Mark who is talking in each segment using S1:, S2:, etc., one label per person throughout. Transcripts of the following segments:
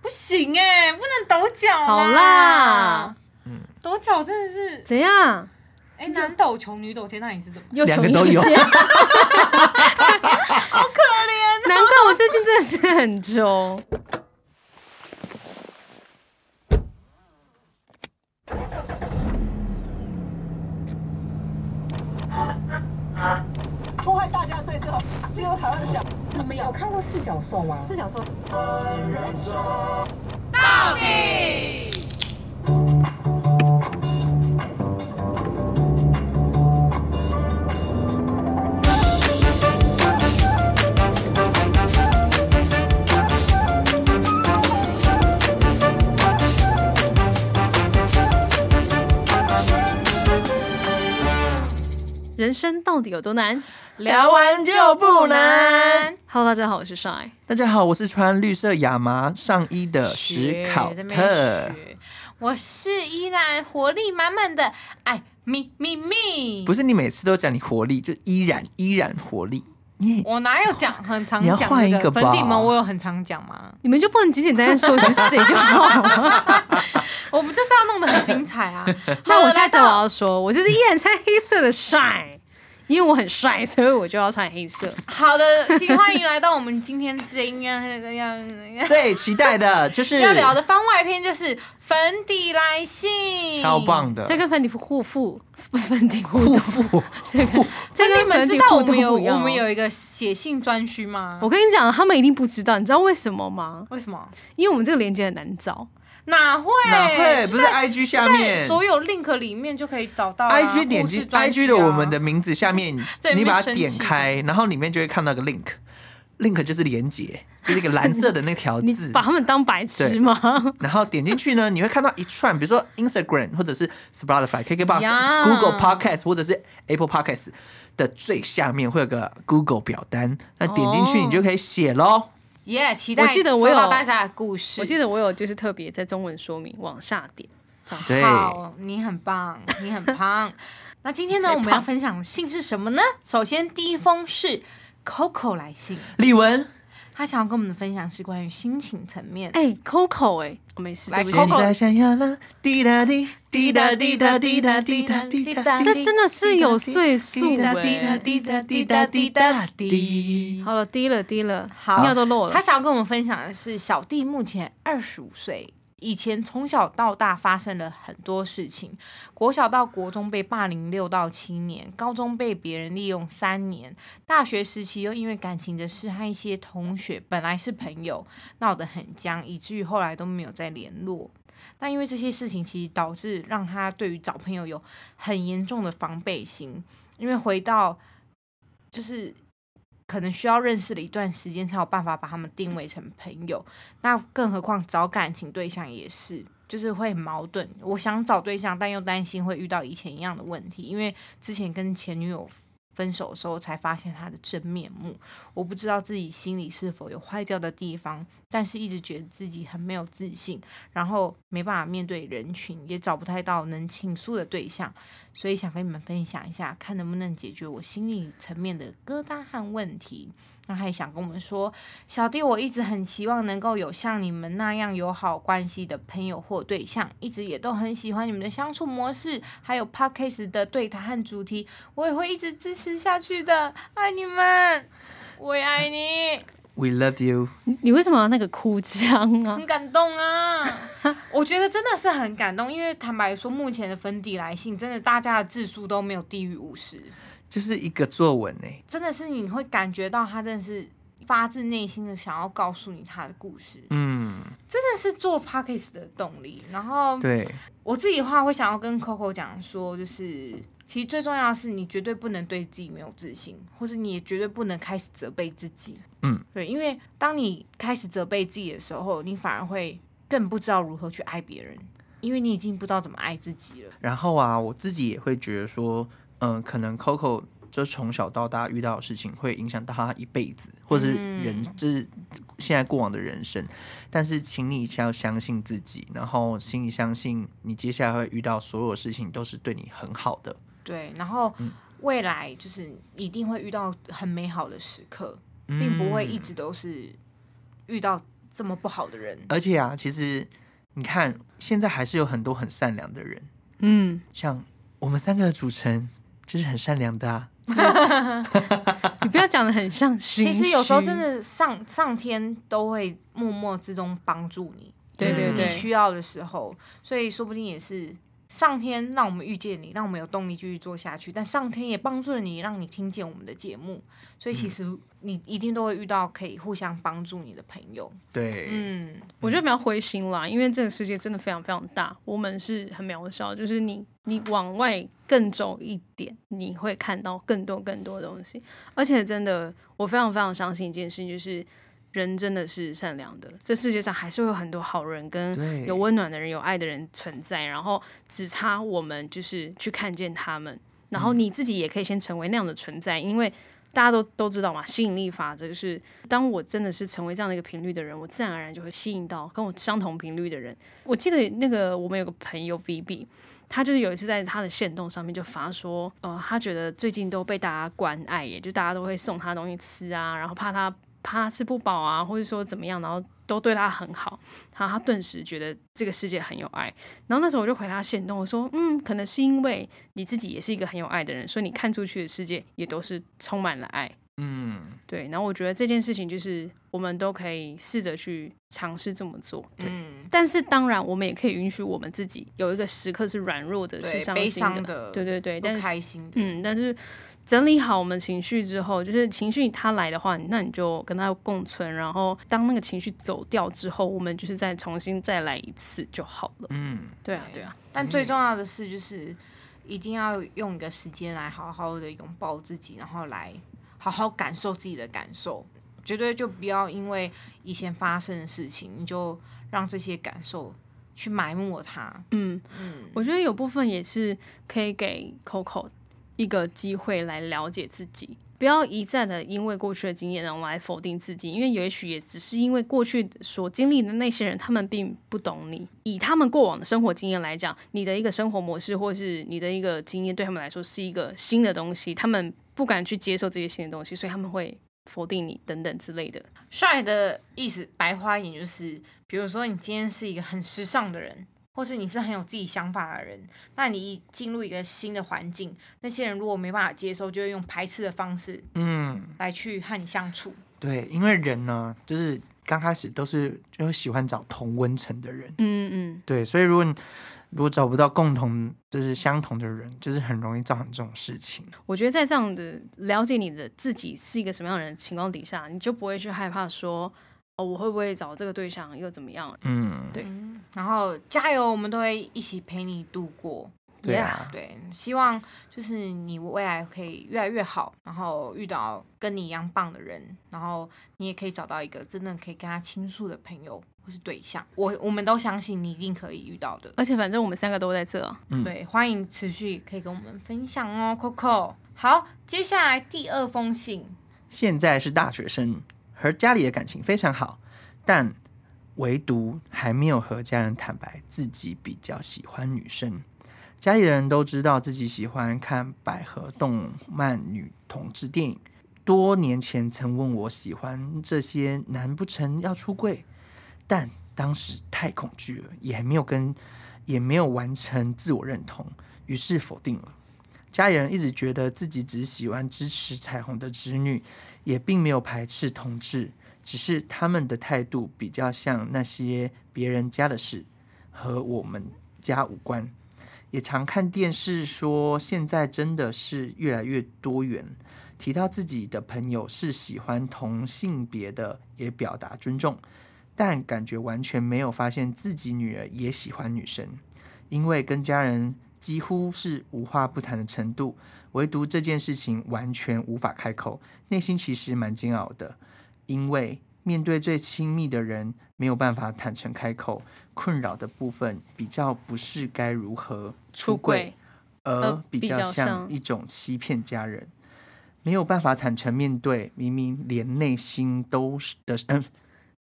S1: 不行哎、不能抖脚啦
S2: 好啦，
S3: 嗯，
S1: 抖脚真的是，
S2: 怎样？
S1: 哎、男抖球，女抖肩，那你是怎么？
S2: 又
S3: 两
S2: 熊
S3: 个
S2: 一
S3: 都有
S2: 间
S1: 可怜， 啊
S2: 难怪我最近真的是很轴。
S4: 破坏大家对这种进入台湾的想。你们有看过四角兽吗？四角兽。
S2: 人生到底有多难
S3: 聊完就不难。
S2: ？Hello，大家好，我是 Shy。
S3: 大家好，我是穿绿色亚麻上衣的史考
S1: 学在那
S3: 特
S1: 边，学我是依然活力满满的爱咪咪咪。
S3: 不是你每次都讲你活力，就依然依然活力，你也
S1: 我哪有讲很常
S3: 你要
S1: 讲
S3: 换一
S1: 那
S3: 个吧
S1: 粉底们，我有很常讲吗？
S2: 你们就不能简简单单说你是谁就 好吗？
S1: 我们就是要弄得很精彩 啊！
S2: 那我下
S1: 在
S2: 次我要说，我就是依然穿黑色的 Shy，因为我很帅，所以我就要穿黑 色。
S1: 好的，请欢迎来到我们今天这样这样
S3: 最期 待的就是
S1: 要聊的番外篇，就是粉底来信，
S3: 超棒的，
S2: 这跟粉底护肤、粉底护
S3: 嗯护
S2: 肤，
S3: 肤
S2: 这个这
S1: 粉底
S2: 跟
S1: 们
S2: 粉
S1: 知
S2: 底
S1: 道
S2: 护
S1: 我
S2: 肤
S1: 们有
S2: 不一样
S1: 我
S2: 哦
S1: 们有一个写信专区吗？
S2: 我跟你讲，他们一定不知道，你知道为什么吗？
S1: 为什么？
S2: 因为我们这个链接很难找。
S1: 哪会？
S3: 哪会
S1: 哎就
S3: 不是 IG 下
S1: 在
S3: 面
S1: 所有 link 里面就可以找到啊、
S3: IG 点
S1: 故
S3: 击
S1: 事专区
S3: IG
S1: 啊
S3: 的我们的名字下面
S1: 在，里面
S3: 你把它
S1: 生
S3: 点
S1: 气
S3: 开，然后里面就会看到个 link，link 就是连接，就是一个蓝色的 那条
S2: 你
S3: 字
S2: 把。他们当白痴吗？
S3: 然后点进去呢，你会看到一串，比如说 Instagram 或者是 Spotify、
S1: 呀
S3: KKBox、Google Podcast 或者是 Apple Podcast 的最下面会有个 Google 表单，那点进去
S2: 哦
S3: 你就可以写喽。
S1: 耶期待
S2: 我记得我有
S1: 收到大家的故事，
S2: 我记得我有就是特别在中文说明往下点。这样
S3: 对，
S1: 好，你很 棒，你很棒。那今天呢，我
S2: 谁胖
S1: 们要分享的信是什么呢？首先第一封是 Coco 来信，
S3: 李文，
S1: 他想要跟我们的分享是关于心情层面。
S2: 哎、c o c o 哎、我没事，
S1: 来
S2: 对不起
S3: 现
S1: Coco
S3: 在想要了，滴答滴，滴答滴答滴答滴答滴答，
S2: 这真的是有岁数
S3: 滴答滴答
S2: 哎、
S3: 滴答滴答滴答滴。
S2: 好了，低了低了，
S1: 好
S2: 尿都漏了
S1: 他。想要跟我们分享的是，小弟目前二十五岁，以前从小到大发生了很多事情，国小到国中被霸凌六到七年，高中被别人利用三年，大学时期又因为感情的事和一些同学本来是朋友闹得很僵，以至于后来都没有再联络。但因为这些事情，其实导致让他对于找朋友有很严重的防备心，因为回到就是可能需要认识了一段时间才有办法把他们定位成朋友。那更何况找感情对象也是，就是会很矛盾。我想找对象，但又担心会遇到以前一样的问题，因为之前跟前女友。分手的时候才发现他的真面目，我不知道自己心里是否有坏掉的地方，但是一直觉得自己很没有自信，然后没办法面对人群，也找不太到能倾诉的对象，所以想跟你们分享一下，看能不能解决我心理层面的疙瘩和问题。那还想跟我们说，小弟我一直很希望能够有像你们那样友好关系的朋友或对象，一直也都很喜欢你们的相处模式，还有 podcast 的对谈和主题，我也会一直支持下去的，爱你们，我也爱你。
S3: We love you。
S2: 你你为什么要那个哭腔啊
S1: 很？感动啊！我觉得真的是很感动，因为坦白说，目前的粉底来信真的大家的字数都没有低于五十，
S3: 就是一个作文呢、
S1: 真的是你会感觉到他真的是发自内心的想要告诉你他的故事，
S3: 嗯，
S1: 真的是做 p o c k e t 的动力。然后
S3: 对，
S1: 我自己的话会想要跟 Coco 讲说，就是其实最重要的是，你绝对不能对自己没有自信，或是你也绝对不能开始责备自己。
S3: 嗯，
S1: 对，因为当你开始责备自己的时候，你反而会更不知道如何去爱别人，因为你已经不知道怎么爱自己了。
S3: 然后啊，我自己也会觉得说，嗯、可能 Coco 就从小到大遇到的事情会影响到他一辈子，或是人，
S1: 嗯
S3: 就是现在过往的人生。但是，请你要相信自己，然后请你相信你接下来会遇到所有事情都是对你很好的。
S1: 对，然后
S3: 嗯
S1: 未来就是一定会遇到很美好的时刻，
S3: 嗯
S1: 并不会一直都是遇到这么不好的人。
S2: 呃
S3: 而且啊，其实你看，现在还是有很多很善良的人，
S2: 嗯，
S3: 像我们三个的组成就是很善良的、啊。
S1: 嗯
S2: 你不要讲的很像心虚。
S1: 其实有时候真的上上天都会默默之中帮助你，
S2: 对对
S3: 嗯
S1: 你
S2: 对，
S1: 需要的时候，所以说不定也是上天让我们遇见你，让我们有动力继续做下去。但上天也帮助了你，让你听见我们的节目，所
S2: 嗯
S1: 以其实你一定都会遇到可以互相帮助你的朋友。
S3: 对，
S1: 嗯，
S2: 我觉得不要灰心啦，因为这个世界真的非常非常大，我们是很渺小，就是你你往外更走一点，你会看到更多更多的东西。而且真的，我非常非常相信一件事情，就是人真的是善良的，这世界上还是会有很多好人
S3: 对
S2: 跟有温暖的人、有爱的人存在，然后只差我们就是去看见他们，然后你自己也可以先成为那样的存在，因为。大家都都知道嘛，吸引力法则就是，当我真的是成为这样的一个频率的人，我自然而然就会吸引到跟我相同频率的人。我记得那个我们有个朋友 B B，他就是有一次在他的线动上面就发说，呃，他觉得最近都被大家关爱耶，就大家都会送他东西吃啊，然后怕他怕他吃不饱啊，或者说怎么样，然后都对他很好，然后他顿时觉得这个世界很有爱。然后那时候我就回他线动，我说，嗯，可能是因为你自己也是一个很有爱的人，所以你看出去的世界也都是充满了爱。
S3: 嗯，
S2: 对，然后我觉得这件事情就是我们都可以试着去尝试这么做，
S1: 嗯，
S2: 但是当然我们也可以允许我们自己有一个时刻是软弱的，
S1: 对
S2: 是伤
S1: 悲
S2: 心
S1: 伤的
S2: 对对对，但
S1: 不
S2: 是
S1: 开心的。
S2: 嗯，但是整理好我们情绪之后，就是情绪它来的话，那你就跟它共存，然后当那个情绪走掉之后，我们就是再重新再来一次就好了。
S3: 嗯，
S2: 对啊，对啊，
S1: 但最重要的是，就是一定要用一个时间来好好的拥抱自己，然后来好好感受自己的感受，绝对就不要因为以前发生的事情，你就让这些感受去埋没它。
S2: 嗯，
S1: 嗯，
S2: 我觉得有部分也是可以给 Coco 一个机会来了解自己，不要一再的因为过去的经验然后来否定自己，因为也许也只是因为过去所经历的那些人，他们并不懂你。以他们过往的生活经验来讲，你的一个生活模式或是你的一个经验，对他们来说是一个新的东西，他们不敢去接受这些新的东西，所以他们会否定你等等之类的。
S1: 帅的意思，白话一点就是，比如说你今天是一个很时尚的人，或是你是很有自己想法的人，那你一进入一个新的环境，那些人如果没办法接受，就会用排斥的方式
S3: 嗯，
S1: 来去和你相处。
S3: 对，因为人呢，就是刚开始都是就会喜欢找同温层的人，
S2: 嗯嗯，
S3: 对，所以如果你如果找不到共同就是相同的人，就是很容易造成这种事情。
S2: 我觉得在这样的了解你的自己是一个什么样的人的情况底下，你就不会去害怕说，哦，我会不会找这个对象又怎么样？
S3: 嗯，
S2: 对
S1: 然后加油，我们都会一起陪你度过。
S3: 对啊，
S1: 对，希望就是你未来可以越来越好，然后遇到跟你一样棒的人，然后你也可以找到一个真正可以跟他倾诉的朋友或是对象。我我们都相信你一定可以遇到的。
S2: 而且反正我们三个都在这啊，
S3: 嗯
S1: 对，欢迎持续可以跟我们分享哦，Coco。好，接下来第二封信，
S3: 现在是大学生，和家里的感情非常好，但唯独还没有和家人坦白自己比较喜欢女生。家里人都知道自己喜欢看百合动漫、女同志电影，多年前曾问我喜欢这些，难不成要出柜？但当时太恐惧了，也还没有跟，也没有完成自我认同，于是否定了。家里人一直觉得自己只喜欢支持彩虹的侄女，也并没有排斥同志，只是他们的态度比较像那些别人家的事，和我们家无关。也常看电视说，现在真的是越来越多元。提到自己的朋友是喜欢同性别的，也表达尊重，但感觉完全没有发现自己女儿也喜欢女生，因为跟家人几乎是无话不谈的程度，唯独这件事情完全无法开口，内心其实蛮煎熬的，因为面对最亲密的人，没有办法坦诚开口，困扰的部分比较不是该如何
S2: 出
S3: 柜
S2: 柜，
S3: 而
S2: 呃
S3: 比
S2: 比
S3: 较
S2: 较
S3: 像
S2: 像
S3: 一种欺骗家人，没有办法坦诚面对，明明连内心都是的，嗯，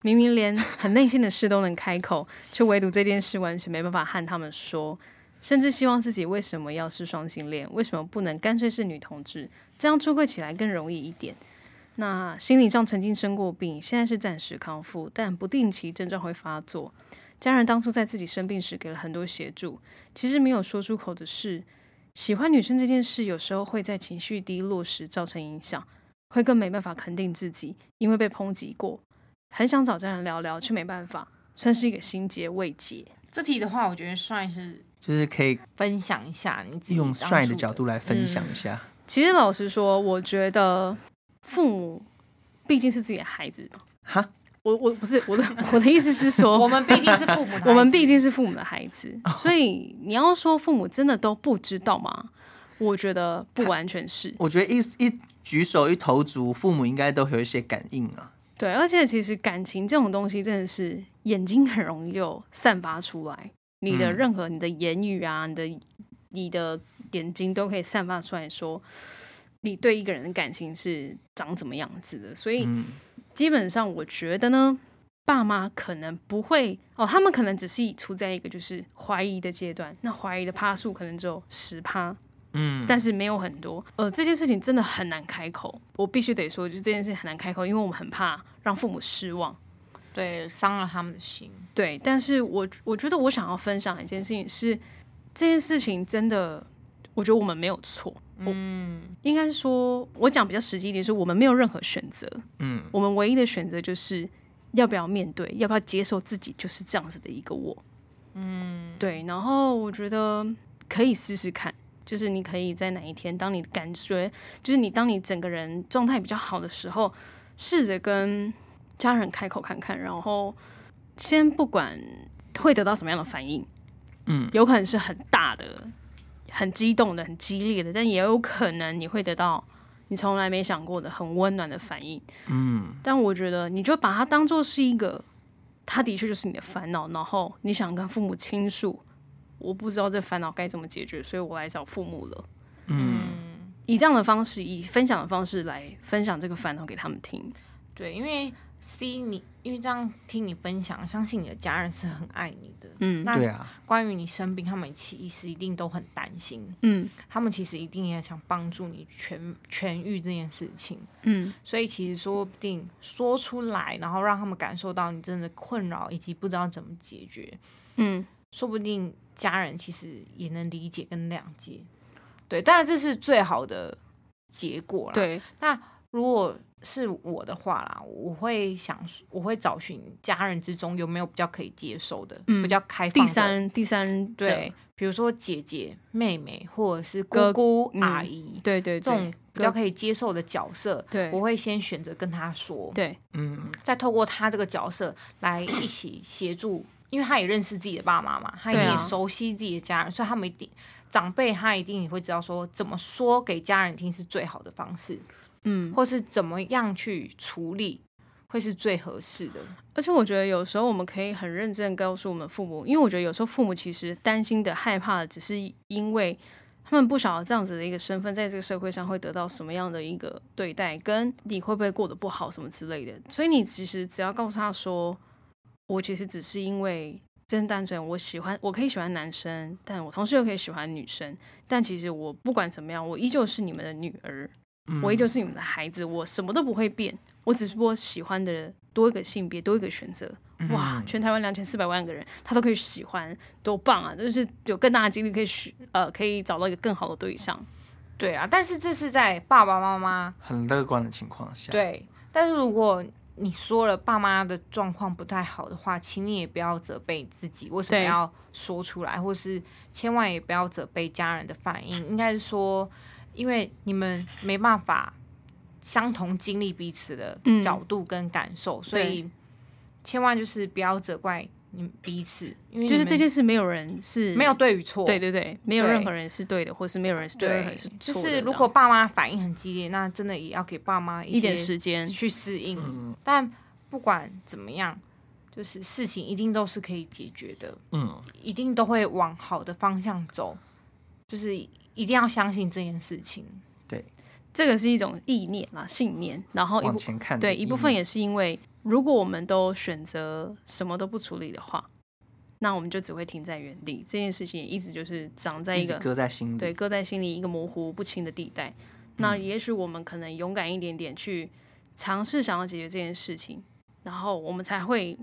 S2: 明明连很内心的事都能开口， 却唯独这件事完全没办法和他们说，甚至希望自己为什么要是双性恋，为什么不能干脆是女同志，这样出柜起来更容易一点。那心理上曾经生过病，现在是暂时康复，但不定期症状会发作。家人当初在自己生病时给了很多协助，其实没有说出口的是，喜欢女生这件事有时候会在情绪低落时造成影响，会更没办法肯定自己，因为被抨击过，很想找家人聊聊，却没办法，算是一个心结未解。
S1: 这题的话，我觉得算是
S3: 就是可以
S1: 分享一下你自己
S3: 用
S1: 当
S3: 帅
S1: 初
S3: 的角度来分享
S2: 嗯
S3: 一下。
S2: 其实老实说，我觉得父母毕竟是自己的孩子嘛。
S3: 哈，
S2: 我我不是我的我的意思是说，
S1: 嗯我们毕竟是父母的孩子，哦
S2: 我们毕竟是父母的孩子，所以你要说父母真的都不知道吗？我觉得不完全是
S3: 我觉得一一举手一投足，父母应该都有一些感应啊。
S2: 对，而且其实感情这种东西真的是眼睛很容易就散发出来，你的
S3: 嗯
S2: 任何你的言语啊，你的你的眼睛都可以散发出来说，你对一个人的感情是长怎么样子的，所以。
S3: 嗯，
S2: 基本上我觉得呢，爸妈可能不会哦，他们可能只是处在一个就是怀疑的阶段，那怀疑的趴数可能只有十趴，
S3: 嗯，
S2: 但是没有很多。呃，这件事情真的很难开口，我必须得说，就是这件事很难开口，因为我们很怕让父母失望。
S1: 对伤了他们的心。
S2: 对，但是我我觉得我想要分享一件事情是，这件事情真的，我觉得我们没有错。嗯，应该是说，我讲比较实际一点，是我们没有任何选择。
S3: 嗯，
S2: 我们唯一的选择就是要不要面对，要不要接受自己就是这样子的一个我。嗯，对。然后我觉得可以试试看，就是你可以在哪一天，当你感觉就是你当你整个人状态比较好的时候，试着跟家人开口看看，然后先不管会得到什么样的反应，
S3: 嗯，
S2: 有可能是很大的、很激动的、很激烈的，但也有可能你会得到你从来没想过的很温暖的反应。嗯，但我觉得你就把它当做是一个，它的确就是你的烦恼，然后你想跟父母倾诉，我不知道这烦恼该怎么解决，所以我来找父母了。嗯，以这样的方式，以分享的方式来分享这个烦恼给他们听。
S1: 对，因为 C 你因为这样听你分享，相信你的家人是很爱你的。
S2: 嗯
S1: 那
S3: 对啊，
S1: 关于你生病，他们其实一定都很担心，
S2: 嗯
S1: 他们其实一定也想帮助你痊痊愈这件事情。
S2: 嗯，
S1: 所以其实说不定说出来，然后让他们感受到你真的困扰以及不知道怎么解决，
S2: 嗯，
S1: 说不定家人其实也能理解跟谅解。对，当然这是最好的结果啦。，
S2: 对，
S1: 那如果是我的话啦，我会想，我会找寻家人之中有没有比较可以接受的，
S2: 嗯
S1: 比较开放
S2: 第
S1: 的
S2: 三第三者
S1: 对，比如说姐姐、妹妹或者是
S2: 哥
S1: 姑姑、
S2: 嗯
S1: 阿姨
S2: 对对对，
S1: 这种比
S2: 哥
S1: 较可以接受的角色，
S2: 对
S1: 我会先选择跟她说，
S2: 对
S3: 嗯，
S1: 再透过她这个角色来一起协助。因为她也认识自己的爸妈嘛，她
S2: 对
S1: 也
S2: 啊
S1: 熟悉自己的家人，所以他们一定长辈，他一定也会知道说怎么说给家人听是最好的方式。
S2: 嗯，
S1: 或是怎么样去处理，会是最合适的。
S2: 而且我觉得有时候我们可以很认真地告诉我们父母，因为我觉得有时候父母其实担心的、害怕的，只是因为他们不晓得这样子的一个身份在这个社会上会得到什么样的一个对待，跟你会不会过得不好什么之类的。所以你其实只要告诉他说，我其实只是因为真单纯，我喜欢，我可以喜欢男生，但我同时又可以喜欢女生，但其实我不管怎么样，我依旧是你们的女儿。我
S1: 嗯
S2: 依旧是你们的孩子，我什么都不会变，我只不过喜欢的人多一个性别，多一个选择。哇，
S1: 嗯
S2: 全台湾两千四百万个人，他都可以喜欢，多棒啊！就是有更大的几率可以选，呃，可以找到一个更好的对象。
S1: 对啊，但是这是在爸爸妈妈
S3: 很乐观的情况下，，
S1: 对，但是如果你说了爸妈的状况不太好的话，请你也不要责备自己为什么
S2: 对
S1: 要说出来，或是千万也不要责备家人的反应。应该是说，因为你们没办法相同经历彼此的
S2: 嗯
S1: 角度跟感受，所以千万就是不要责怪你们彼此，因为
S2: 就
S1: 你
S2: 是
S1: 们
S2: 这件事，没有人是
S1: 没有对与错，
S2: 对对对，没有
S1: 对
S2: 任何人是对的，或是没有人是对，任何人是
S1: 就
S2: 错的
S1: 是如
S2: 这样
S1: 果爸妈反应很激烈，那真的也要给爸妈
S2: 一点
S1: 些
S2: 时间，
S1: 去适应。
S3: 嗯
S1: 但不管怎么样，就是事情一定都是可以解决的，
S2: 哦
S3: 嗯，
S1: 一定都会往好的方向走。就是一定要相信这件事情。
S2: 这个是一种意念啊，信念，然后一
S3: 往
S2: 部
S3: 前看的
S2: 对
S3: 意义，
S2: 一部分也是因为，如果我们都选择什么都不处理的话，那我们就只会停在原地。这件事情也一直就是长在一
S3: 一
S2: 个
S3: 直搁在心里，
S2: 对搁在心里一个模糊不清的地带。那也许我们可能勇敢一点点去尝试想要解决这件事情，然后我们才会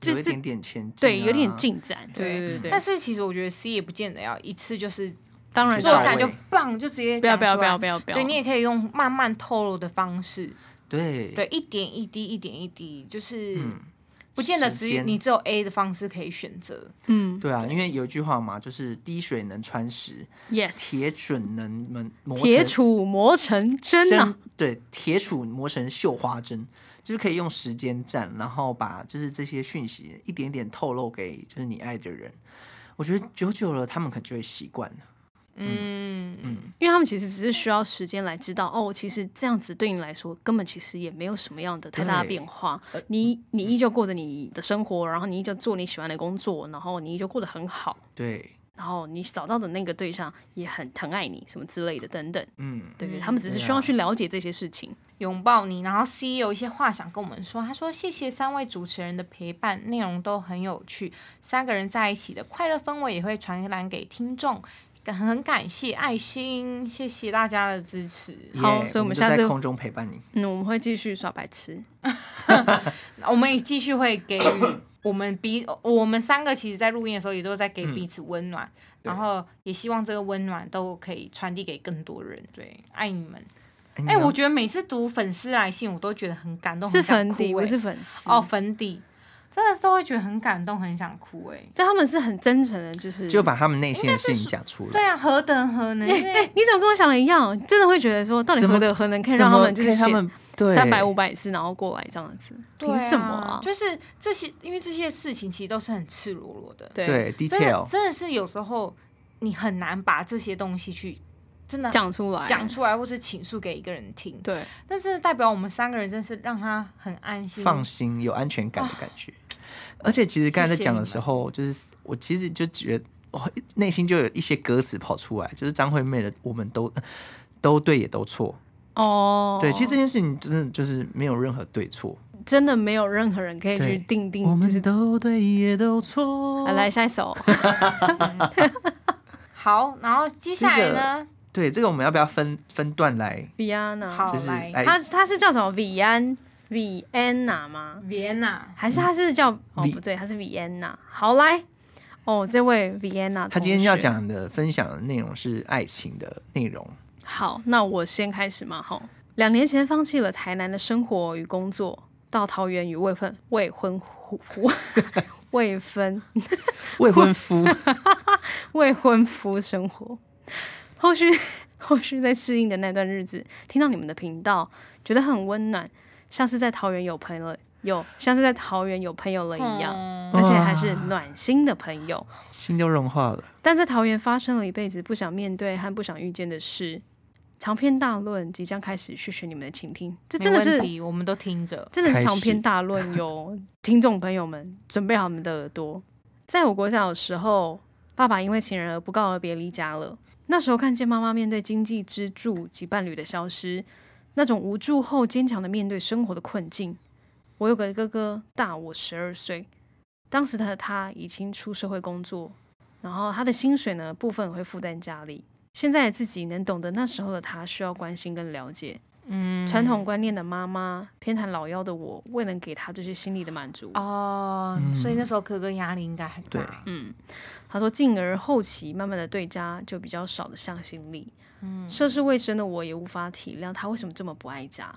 S2: 这
S3: 有一
S2: 这
S3: 点点前进、啊
S2: 对有点。进展。
S1: 对
S2: 对对对，
S1: 但
S2: 是
S1: 是其实我觉得 C 也不见得要一次就是
S2: 当然
S1: 坐下
S3: 来
S1: 就
S3: 到位
S1: 棒就直接
S2: 不要
S1: 讲
S2: 不要
S1: 出
S2: 不
S1: 来
S2: 要不要不要，
S1: 对你也可以用慢慢透露的方式，
S3: 对
S1: 对，，一点一滴，一点一滴，就是
S3: 嗯，
S1: 不见得
S3: 时
S1: 只
S3: 间
S1: 你只有 A 的方式可以选择。
S2: 嗯
S3: 对啊，因为有一句话嘛，就是滴水能穿石，铁
S2: ，yes，
S3: 准能磨磨
S2: 铁
S3: 成
S2: 杵磨成针啊
S3: 针，对，铁杵磨成绣花针，就是可以用时间战，然后把就是这些讯息一点点透露给就是你爱的人。我觉得久久了，他们可能就会习惯了。
S1: 嗯嗯，
S2: 因为他们其实只是需要时间来知道，哦，其实这样子对你来说根本其实也没有什么样的太大的
S3: 对呃嗯
S2: 变化，你你依旧过着你的生活，然后你依旧做你喜欢的工作，然后你依旧过得很好，
S3: 对，
S2: 然后你找到的那个对象也很疼爱你，什么之类的等等，
S3: 嗯，啊
S2: 对对，
S1: 嗯
S2: 他们只是需要去了解这些事情。
S1: 拥抱你，然后 C 有一些话想跟我们说，他说谢谢三位主持人的陪伴，内容都很有趣，三个人在一起的快乐氛围也会传染给听众。感很感谢爱心，谢谢大家的支持。
S2: 好
S3: 耶
S2: 所以我们
S3: 就
S2: 下次
S3: 在空中陪伴你。
S2: 嗯，我们会继续耍白痴，
S1: 我们也继续会给予我们彼我们三个，其实在录音的时候也都在给彼此温暖，然后也希望这个温暖都可以传递给更多人。对，爱你们。
S3: 哎、
S1: 哎、
S3: 你要
S1: 我觉得每次读粉丝来信，我都觉得很感
S3: 哦
S1: 动，
S2: 是
S1: 很想
S2: 粉底，
S1: 哭
S2: 我
S3: 欸
S1: 哎
S2: 是粉丝
S1: 哦，，粉底，真的是都会觉得很感动，很想哭哎、
S2: 就他们是很真诚的，就是
S3: 就把他们内心的事情讲出来。
S1: 对啊，何等何能？因为
S2: 你怎么跟我想的一样？真的会觉得说，到底
S3: 怎么
S2: 何德何能可以
S3: 怎
S2: 让他
S3: 么
S2: 们就
S3: 可
S2: 是
S3: 以他
S2: 写
S3: 们对
S2: 三百五百次，然后过来这样子，
S1: 对
S2: 凭什么
S1: 啊
S2: 啊？
S1: 就是这些，因为这些事情其实都是很赤裸裸的，
S2: 对
S3: 对
S1: 真的
S3: detail，
S1: 真的是有时候你很难把这些东西去真的
S2: 讲出来，
S1: 讲出来，或是倾诉给一个人听。
S2: 对，
S1: 但是代表我们三个人真是让他很安
S2: 嗯
S1: 心，
S3: 放心有安全感的感觉。而且其实刚才在讲的时候，就是我其实就觉得，我内心就有一些歌词跑出来，就是张惠妹的“我们都都对也都错”
S2: 哦，
S3: 对，其实这件事情真的就是没有任何对错，
S2: 真的没有任何人可以去
S3: 对
S2: 定定
S3: 我，
S2: 就
S3: 们
S2: 是
S3: 都对也都错。
S2: 啊来，下一
S3: 哦
S2: 首，
S1: 好，然后接下来呢？
S3: 对这个我们要不要分分段来？
S1: 好
S2: Vianna，
S3: 就是哎
S1: 来
S3: 来
S2: 他他是叫什么？Vian Vianna 吗？
S1: Vienna，
S2: 还是他是叫哦
S3: 嗯 Vi-
S2: 不对，他是 Vianna。好来，哦这位 Vianna，
S3: 他今天要
S2: 同学
S3: 讲的分享的内容是爱情的内容。
S2: 好，那我先开始嘛，吼。两年前放弃了台南的生活与工作，到桃园与未婚未婚夫未婚
S3: 未婚夫
S2: 未婚夫生活。后续后续在适应的那段日子，听到你们的频道，觉得很温暖，像是在桃园有朋友，有像是在桃园有朋友了一样，哦
S1: 嗯
S2: 而且还是暖心的朋友。
S3: 心都融化了。
S2: 但在桃园发生了一辈子不想面对和不想遇见的事。长篇大论即将开始，谢谢你们的倾听，这真的
S1: 没
S2: 是
S1: 问题，我们都听着。
S2: 真的
S3: 开
S2: 是
S3: 始
S2: 长篇大论哟，听众朋友们，准备好你们的耳朵。在我国小的时候，爸爸因为情人而不告而别离家了。那时候看见妈妈面对经济支柱及伴侣的消失，那种无助后坚强的面对生活的困境。我有个哥哥，大我十二岁，当时的他已经出社会工作，然后他的薪水呢部分会负担家里。现在的自己能懂得那时候的他需要关心跟了解，
S1: 嗯，
S2: 传统观念的妈妈，偏袒老幺的我，未能给她这些心理的满足。
S1: 哦，
S3: 嗯
S1: 所以那时候哥哥压力应该很
S3: 对
S1: 大。
S2: 嗯，她说，进而后期慢慢的对家就比较少的向心力。嗯，涉世未深的我也无法体谅她为什么这么不爱家。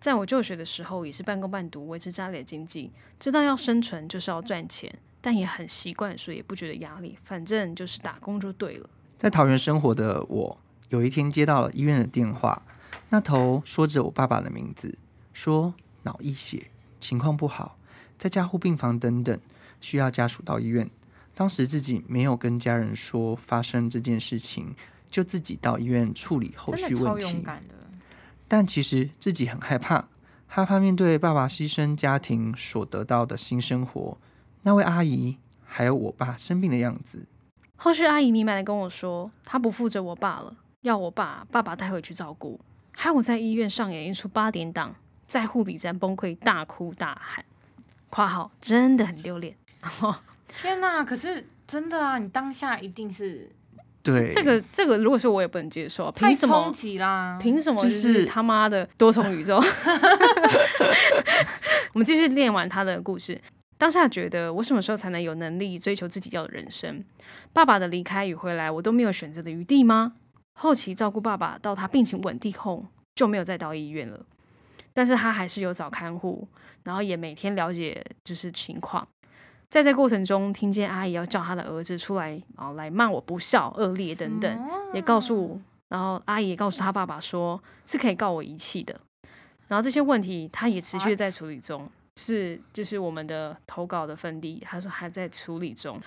S2: 在我就学的时候，也是半工半读维持家里的经济，知道要生存就是要赚钱，但也很习惯，所以也不觉得压力，反正就是打工就对了。
S3: 在桃园生活的我，有一天接到了医院的电话，那头说着我爸爸的名字，说脑溢血，情况不好，在加护病房等等，需要家属到医院。当时自己没有跟家人说发生这件事情，就自己到医院处理后
S1: 真
S3: 续
S1: 的超
S3: 问
S1: 勇
S3: 题。
S1: 敢的，
S3: 但其实自己很害怕，害怕面对爸爸牺牲家庭所得到的新生活，那位阿姨还有我爸生病的样子。
S2: 后续阿姨明白的跟我说，她不负责我爸了，要我爸爸爸带回去照顾，害我在医院上演一出八点档，在护理站崩溃大哭大喊，括号真的很丢脸。
S1: 天哪！可是真的啊，你当下一定是
S3: 对，
S2: 这个这个，如果是我也不能接受啊，
S1: 太
S2: 凭什
S1: 冲
S2: 么？
S1: 击啦！
S2: 凭什么？就
S3: 就是是
S2: 他妈的多重宇宙。我们继续念完他的故事。当下觉得，我什么时候才能有能力追求自己要的人生？爸爸的离开与回来，我都没有选择的余地吗？后期照顾爸爸到他病情稳定后，就没有再到医院了。但是他还是有找看护，然后也每天了解就是情况。在这过程中，听见阿姨要叫他的儿子出来，然后来骂我不孝、恶劣等等。
S1: 哦
S2: 也告诉我，然后阿姨也告诉他爸爸说是可以告我遗弃的。然后这些问题他也持续
S1: What？
S2: 在处理中，是就是我们的投稿的分地，他说还在处理中。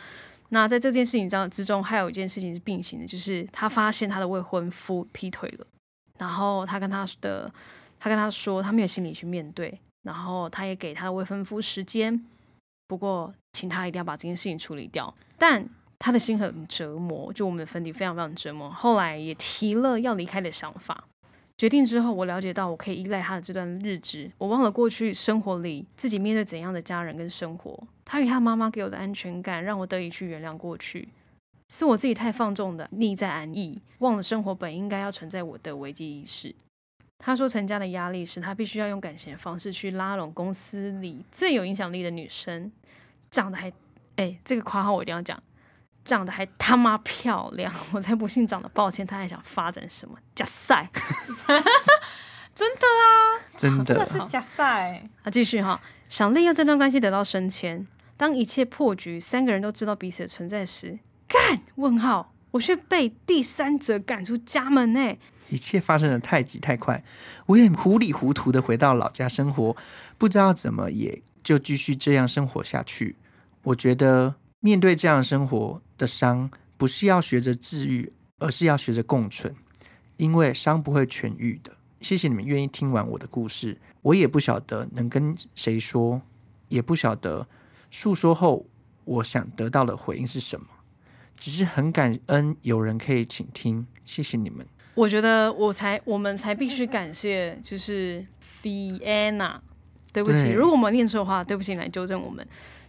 S2: 那在这件事情上之中，还有一件事情是并行的，就是他发现他的未婚夫劈腿了，然后他跟他的他跟他说他没有心理去面对，然后他也给他的未婚夫时间，不过请他一定要把这件事情处理掉。但他的心很折磨，就我们的粉底非常非常折磨。后来也提了要离开的想法，决定之后，我了解到我可以依赖他的这段日子。我忘了过去生活里自己面对怎样的家人跟生活，他与他妈妈给我的安全感，让我得以去原谅过去。是我自己太放纵的逆在安逸，忘了生活本应该要存在我的危机意识。他说，成家的压力使他必须要用感情的方式去拉拢公司里最有影响力的女生，长得还……哎、这个夸号我一定要讲，长得还他妈漂亮，我才不信长得抱歉，他还想发展什么假赛？
S1: 真的啊，
S3: 真
S1: 真的
S3: 的
S1: 是假赛，
S2: 啊，继续哈，想利用这段关系得到升迁。当一切破局，三个人都知道彼此的存在时，干问号，我却被第三者赶出家门呢、
S3: 一切发生的太急太快，我也糊里糊涂的回到老家生活，不知道怎么也就继续这样生活下去。我觉得面对这样生活的伤，不是要学着治愈，而是要学着共存，因为伤不会痊愈的。谢谢你们愿意听完我的故事，我也不晓得能跟谁说，也不晓得诉说后我想得到的回应是什么，只是很感恩有人可以倾听，谢谢你们。
S2: 我觉得我才我们才必须感谢，就是 Vienna，对不起，
S3: 对
S2: 如果我们念错的话，对不起，你来纠正我们。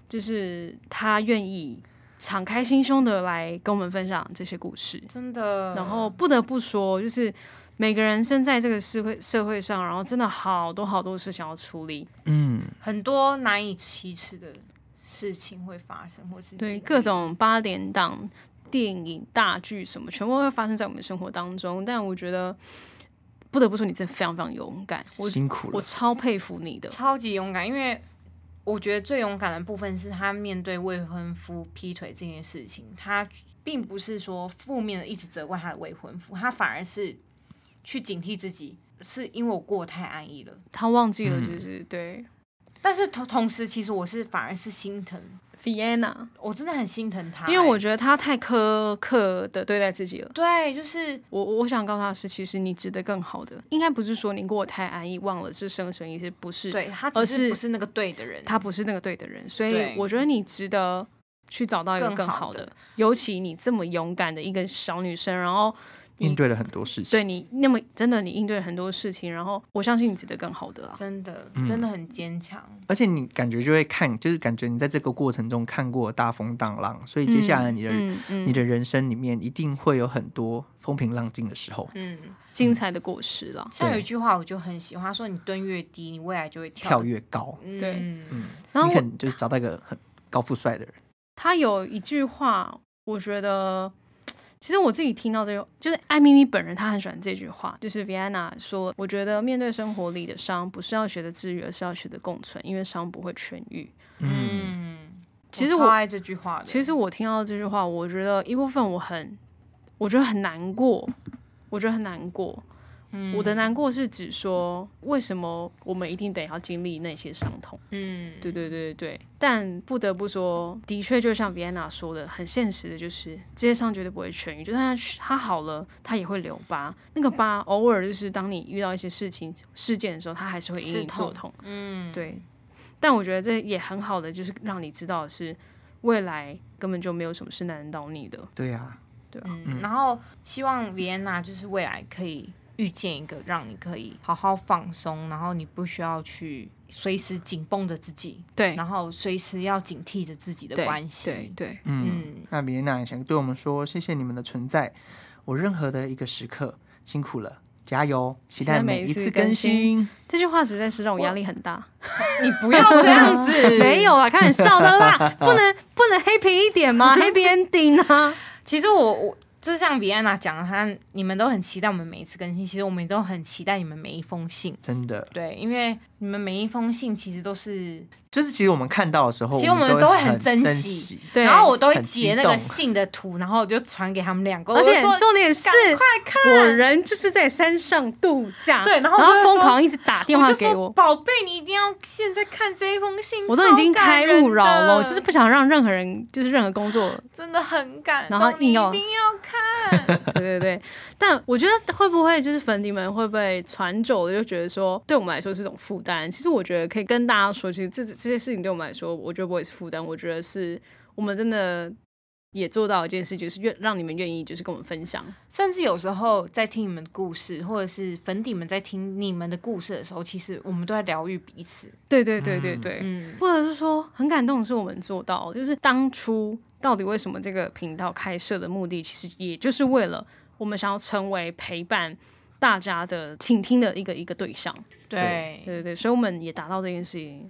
S2: 就是他愿意敞开心胸的来跟我们分享这些故事，
S1: 真的。
S2: 然后不得不说，就是每个人生在这个社会社会上，然后真的好多好多事想要处理，
S3: 嗯，
S1: 很多难以启齿的事情会发生，或是
S2: 对
S1: 经历
S2: 各种八点档、电影、大剧什么，全部会发生在我们的生活当中。但我觉得不得不说，你真的非常非常勇敢，我
S3: 辛苦
S2: 我
S3: 了，
S2: 超佩服你的。
S1: 超级勇敢，因为我觉得最勇敢的部分是她面对未婚夫劈腿这件事情，她并不是说负面的一直责怪她的未婚夫，她反而是去警惕自己，是因为我过得太安逸了。
S2: 他忘记了，
S3: 嗯
S2: 就是、对
S1: 但是同同时，其实我是反而是心疼，
S2: Vienna，
S1: 我真的很心疼她欸、
S2: 因为我觉得他太苛刻的对待自己了。
S1: 对，就是
S2: 我我想告诉他的是，其实你值得更好的，应该不是说你过得太安逸，忘了是生存意识，不是
S1: 对她
S2: 而
S1: 只是
S2: 是
S1: 不是那个对的人，
S2: 他不是那个对的人，所以
S1: 对
S2: 我觉得你值得去找到一个
S1: 更
S2: 更
S1: 好
S2: 好的，
S1: 的
S2: 尤其你这么勇敢的一个小女生，然后你
S3: 应对了很多事情。
S2: 对你那么真的你应对了很多事情，然后我相信你值得更好的啦。
S1: 真的
S3: 嗯
S1: 真的很坚强。
S3: 而且你感觉就会看，就是感觉你在这个过程中看过大风大浪，所以接下来你的、
S2: 嗯嗯
S3: 你的人生里面一定会有很多风平浪静的时候，
S1: 嗯，
S2: 精彩的果实啦，
S1: 像有
S3: 对
S1: 一句话我就很喜欢，她说你蹲越低，你未来就会跳
S3: 跳
S1: 得。
S3: 越高，
S2: 对
S1: 嗯
S3: 嗯，
S2: 然后
S3: 你
S2: 我
S3: 可能就是找到一个很高富帅的人，
S2: 他有一句话，我觉得其实我自己听到这个，就是艾咪咪本人她很喜欢这句话，就是 Vienna 说，我觉得面对生活里的伤，不是要学的治愈，而是要学的共存，因为伤不会痊愈。
S3: 嗯，
S1: 嗯，
S2: 其实
S1: 我超
S2: 我
S1: 爱这句话的。
S2: 其实我听到这句话，我觉得一部分我很，我觉得很难过，我觉得很难过。
S1: 嗯
S2: 我的难过是指说，为什么我们一定得要经历那些伤痛？
S1: 嗯，
S2: 对对对对对，但不得不说，的确就像 Vienna 说的，很现实的就是这些伤绝对不会痊愈，就算他他好了，他也会留疤，那个疤偶尔就是当你遇到一些事情事件的时候，它还是会隐
S1: 刺
S2: 隐作
S1: 痛
S2: 痛。
S1: 嗯，
S2: 对，但我觉得这也很好的，就是让你知道的是未来根本就没有什么是难得到你的。
S3: 对啊，
S1: 嗯，然后希望 Vienna 就是未来可以遇见一个让你可以好好放松，然后你不需要去随时紧绷着自己，
S2: 对
S1: 然后随时要警惕着自己的
S2: 对
S1: 关系。
S2: 对对，
S3: 嗯
S1: 嗯，
S3: 那米娜也想对我们说，谢谢你们的存在，我任何的一个时刻辛苦了，加油，期待
S2: 待
S3: 每
S2: 每
S3: 一
S2: 一
S3: 次
S2: 次
S3: 更
S2: 更新
S3: 新。
S2: 这句话实在是让我压力很大。，
S1: 你不要 这样子
S2: 嗯 没有啊啦，开玩笑的啦，不能不能 happy 一点吗？Happy ending 啊，
S1: 其实我我就像比安娜讲的，她你们都很期待我们每一次更新，其实我们也都很期待你们每一封信。
S3: 真的，
S1: 对，因为你们每一封信其实都是，
S3: 就是其实我们看到的时候，
S1: 其实我们
S3: 们
S1: 都
S3: 会
S1: 会很
S3: 很
S1: 珍惜
S3: 惜。
S2: 对。
S1: 然后我都会
S3: 很激
S1: 截那个
S3: 动
S1: 信的图，然后我就传给他们两个，
S2: 而且
S1: 我就说
S2: 重点是
S1: 赶，快看，
S2: 我人就是在山上度假，
S1: 对然后我
S2: 然
S1: 就
S2: 后
S1: 会
S2: 疯
S1: 说
S2: 狂一直打电话给
S1: 就说
S2: 我，
S1: 宝贝，你一定要现在看这一封信，
S2: 我都已经开勿扰了，
S1: 了，
S2: 我就是不想让任何人，就是任何工作
S1: 真的很感
S2: 然后
S1: 动，
S2: 硬
S1: 你一
S2: 要
S1: 定要看，
S2: 对对对，但我觉得会不会就是粉底们会不会传久了就觉得说，对我们来说是一种负担？其实我觉得可以跟大家说，其实这这些事情对我们来说，我觉得不会是负担，我觉得是我们真的也做到一件事，就是愿让你们愿意就是跟我们分享。
S1: 甚至有时候在听你们的故事，或者是粉底们在听你们的故事的时候，其实我们都在疗愈彼此。
S2: 对对对对对，
S1: 嗯，
S2: 或者是说很感动的是我们做到，就是当初到底为什么这个频道开设的目的，其实也就是为了我们想要成为陪伴大家的倾听的一个一个对象。
S1: 对，
S2: 对对对，所以我们也达到这件事情，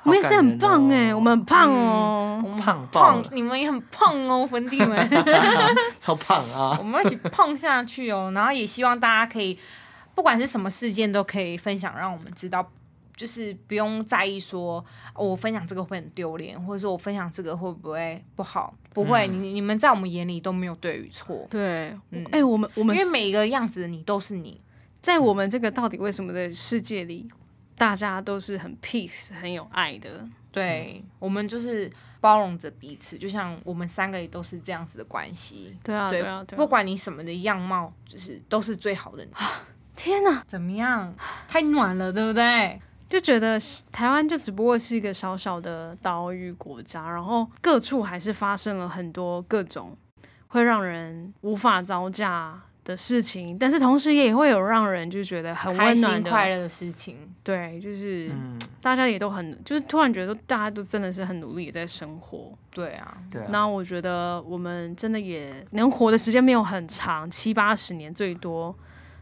S3: 好
S2: 我们也是
S3: 感
S2: 很
S3: 人
S2: 棒哎、
S3: 哦
S2: 我们很棒哦、
S1: 我们
S3: 胖爆
S1: 胖
S3: 了，
S1: 你们也很胖哦，粉底 们，
S3: 超胖啊
S1: 我！们一起胖下去哦。然后也希望大家可以，不管是什么事件，都可以分享，让我们知道。就是不用在意说、哦我分享这个会很丢脸，或者说我分享这个会不会不好？不会，
S2: 嗯
S1: 你你们在我们眼里都没有对与错，
S2: 对，哎、
S1: 嗯
S2: 我们我
S1: 因
S2: 们
S1: 为每一个样子的你都是你，
S2: 在我们这个到底为什么的世界里，大家都是很 peace、很有爱的。
S1: 对，
S2: 嗯
S1: 我们就是包容着彼此，就像我们三个也都是这样子的关系。
S2: 对啊，
S1: 对
S2: 对啊，啊对
S1: 不
S2: 啊。
S1: 管你什么的样貌，就是都是最好的你。
S2: 天哪，
S1: 怎么样？太暖了，对不对？
S2: 就觉得台湾就只不过是一个小小的岛屿国家，然后各处还是发生了很多各种会让人无法招架的事情，但是同时也会有让人就觉得很
S1: 开
S2: 温
S1: 心
S2: 暖的，
S1: 快乐的事情，
S2: 对，就是。
S3: 嗯，
S2: 大家也都很，就是突然觉得大家都真的是很努力地在生活。
S1: 对啊，
S3: 对啊，
S2: 那我觉得我们真的也能活的时间没有很长，七八十年最多。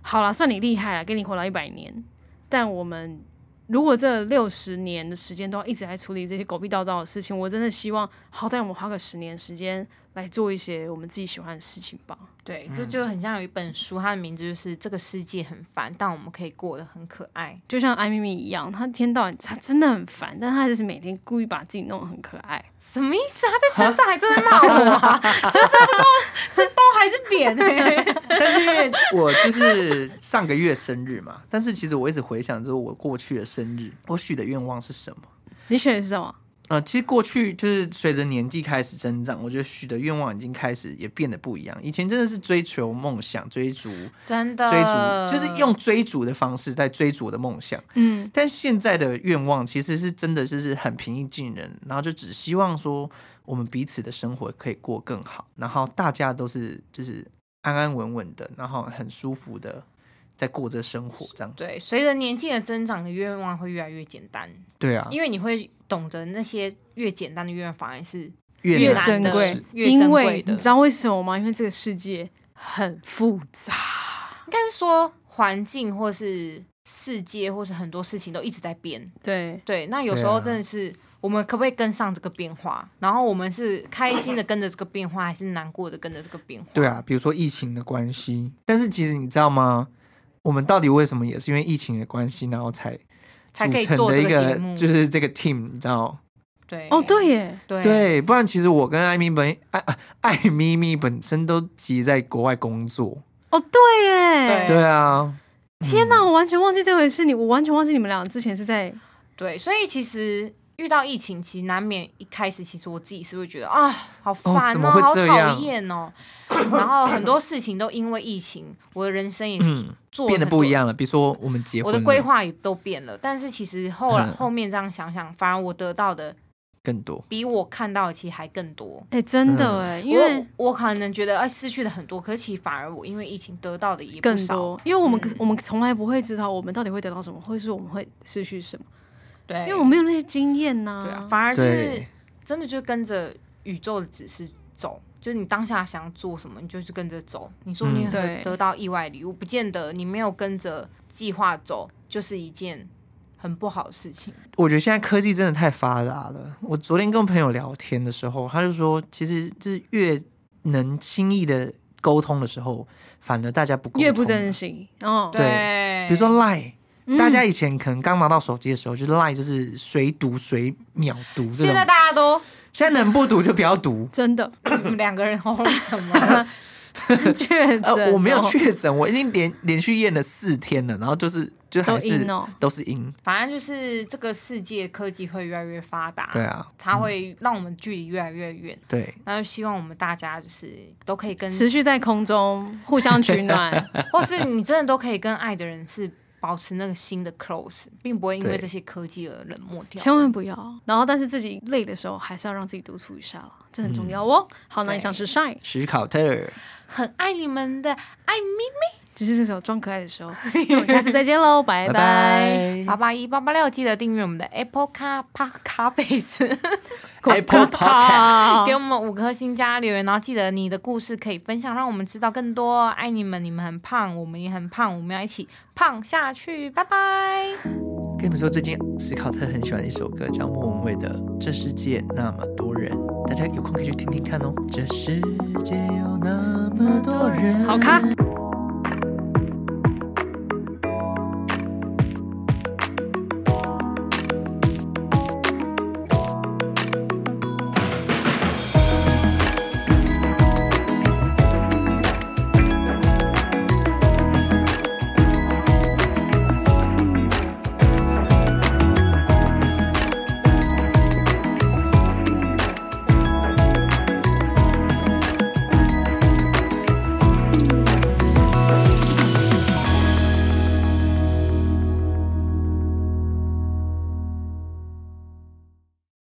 S2: 好啦，算你厉害了，给你活到一百年。但我们如果这六十年的时间都要一直在处理这些狗屁叨叨的事情，我真的希望好歹我们花个十年时间来做一些我们自己喜欢的事情吧。
S1: 对，
S3: 嗯
S1: 这就很像有一本书，它的名字就是《这个世界很烦，但我们可以过得很可爱》。
S2: 就像艾咪咪一样，她一天到晚她真的很烦，但她就是每天故意把自己弄得很可爱。
S1: 什么意思啊？在成长还正在骂我 啊？这是不知道是褒还是欸贬呢、
S3: 但是因为我就是上个月生日嘛， 但是其实我一直回想着我过去的生日，我许的愿望是什么？
S2: 你选的是什么？
S3: 呃，其实过去就是随着年纪开始增长，我觉得许的愿望已经开始也变得不一样。以前真的是追求梦想，追逐
S1: 真的，
S3: 追逐，就是用追逐的方式在追逐我的梦想。
S2: 嗯，
S3: 但现在的愿望其实是真的就是很平易近人，然后就只希望说我们彼此的生活可以过更好，然后大家都是就是安安稳稳的，然后很舒服的在过着生活这样。
S1: 对，随着年纪的增长，你的愿望会越来越简单，
S3: 对啊，
S1: 因为你会懂得那些越简单的愿望反而是
S3: 越
S1: 越
S3: 难
S1: 难啊
S2: 珍
S1: 的
S2: 贵，
S1: 越珍
S2: 因
S1: 贵
S2: 为
S1: 的
S2: 你知道为什么吗？因为这个世界很复杂，
S1: 应该是说环境或是世界或是很多事情都一直在变。
S2: 对
S1: 对，那有时候
S3: 对啊
S1: 真的是我们可不可以跟上这个变化？然后我们是开心的跟着这个变化，还是难过的跟着这个变化？
S3: 对啊，比如说疫情的关系，但是其实你知道吗？我们到底为什么也是因为疫情的关系，然后才
S1: 才可以
S3: 组成
S1: 做
S3: 的
S1: 这
S3: 一
S1: 个
S3: 个
S1: 节目。
S3: 就是这个 team，你知道？
S1: 对，
S2: 哦，对耶，
S1: 对
S3: 对，不然其实我跟艾米本艾啊艾咪咪本身都其实在国外工作。
S2: 哦对耶，
S1: 对
S3: 对啊，
S2: 天哪，我完全忘记这回事，你我完全忘记你们俩之前是在
S1: 对，所以其实。遇到疫情，其实难免一开始，其实我自己是会觉得啊，好烦
S3: 怎
S1: 哦，
S3: 么会
S1: 好
S3: 这
S1: 讨
S3: 样
S1: 厌哦。然后很多事情都因为疫情，我的人生也
S3: 嗯
S1: 做了
S3: 变得
S1: 很
S3: 不
S1: 多
S3: 一样了。比如说我们结
S1: 我
S3: 婚
S1: 的
S3: 了，
S1: 规划也都变了，但是其实后来、
S3: 嗯
S1: 后面这样想想，反而我得到的
S3: 更多。
S1: 比我看到的其实还更多。
S2: 哎，真的哎，因为
S1: 嗯我我可能觉得哎失去了很多，可是其实反而我因为疫情得到的也不
S2: 更
S1: 少。
S2: 多，因为我们
S1: 嗯
S2: 我们从来不会知道我们到底会得到什么，或者是我们会失去什么。
S1: 对，
S2: 因为我没有那些经验呐、
S1: 对啊，反而就是
S3: 对
S1: 真的就跟着宇宙的指示走，就是你当下想做什么，你就是跟着走。你说你
S3: 嗯
S1: 得
S2: 对
S1: 得到意外礼物，不见得你没有跟着计划走，就是一件很不好的事情。
S3: 我觉得现在科技真的太发达了。我昨天跟朋友聊天的时候，他就说，其实就是越能轻易的沟通的时候，反而大家不沟通
S2: 越不珍。惜哦。
S3: 对比如说 Line，、
S2: 嗯
S3: 大家以前可能刚拿到手机的时候，就是 Line 就是谁读谁秒读这种。
S1: 现在大家都
S3: 现在能不读就不要读。
S2: 真的
S1: 你们两个人哦，什 么？
S2: 确诊、
S3: 呃，我没有
S2: 哦，
S3: 确诊，我已经连连续验了四天了，然后就是就还
S2: 都
S3: 是
S2: 阴哦。
S3: 都是阴。
S1: 反正就是这个世界科技会越来越发达，
S3: 对啊，
S1: 它会让我们距离越来越远。
S3: 对，
S1: 那就希望我们大家就是都可以跟
S2: 持续在空中互相取暖，
S1: 或是你真的都可以跟爱的人是保持那个心的 close，并不会因为
S3: 对
S1: 这些科技而冷漠掉。
S2: 千万不要。然后，但是自己累的时候，还是要让自己独处一下了，这很重要哦。好，那以上是 Shine，
S3: 史考特尔，
S1: 很爱你们的艾米，
S2: 只是这首装可爱的时 候。那我们下次再见喽，拜拜。
S1: 八八一八八六，记得订阅我们的 Apple Car 帕卡贝斯，
S3: Apple Podcast
S1: 给我们五颗星加留言，然后记得你的故事可以分享，让我们知道更多哦。爱你们，你们很胖，我们也很胖，我们要一起胖下去，拜拜。
S3: 跟你们说，最近史考特很喜欢一首歌，叫莫文蔚的《这世界那么多人》，大家有空可以去听听看哦。这世界有那么多人，
S2: 好看。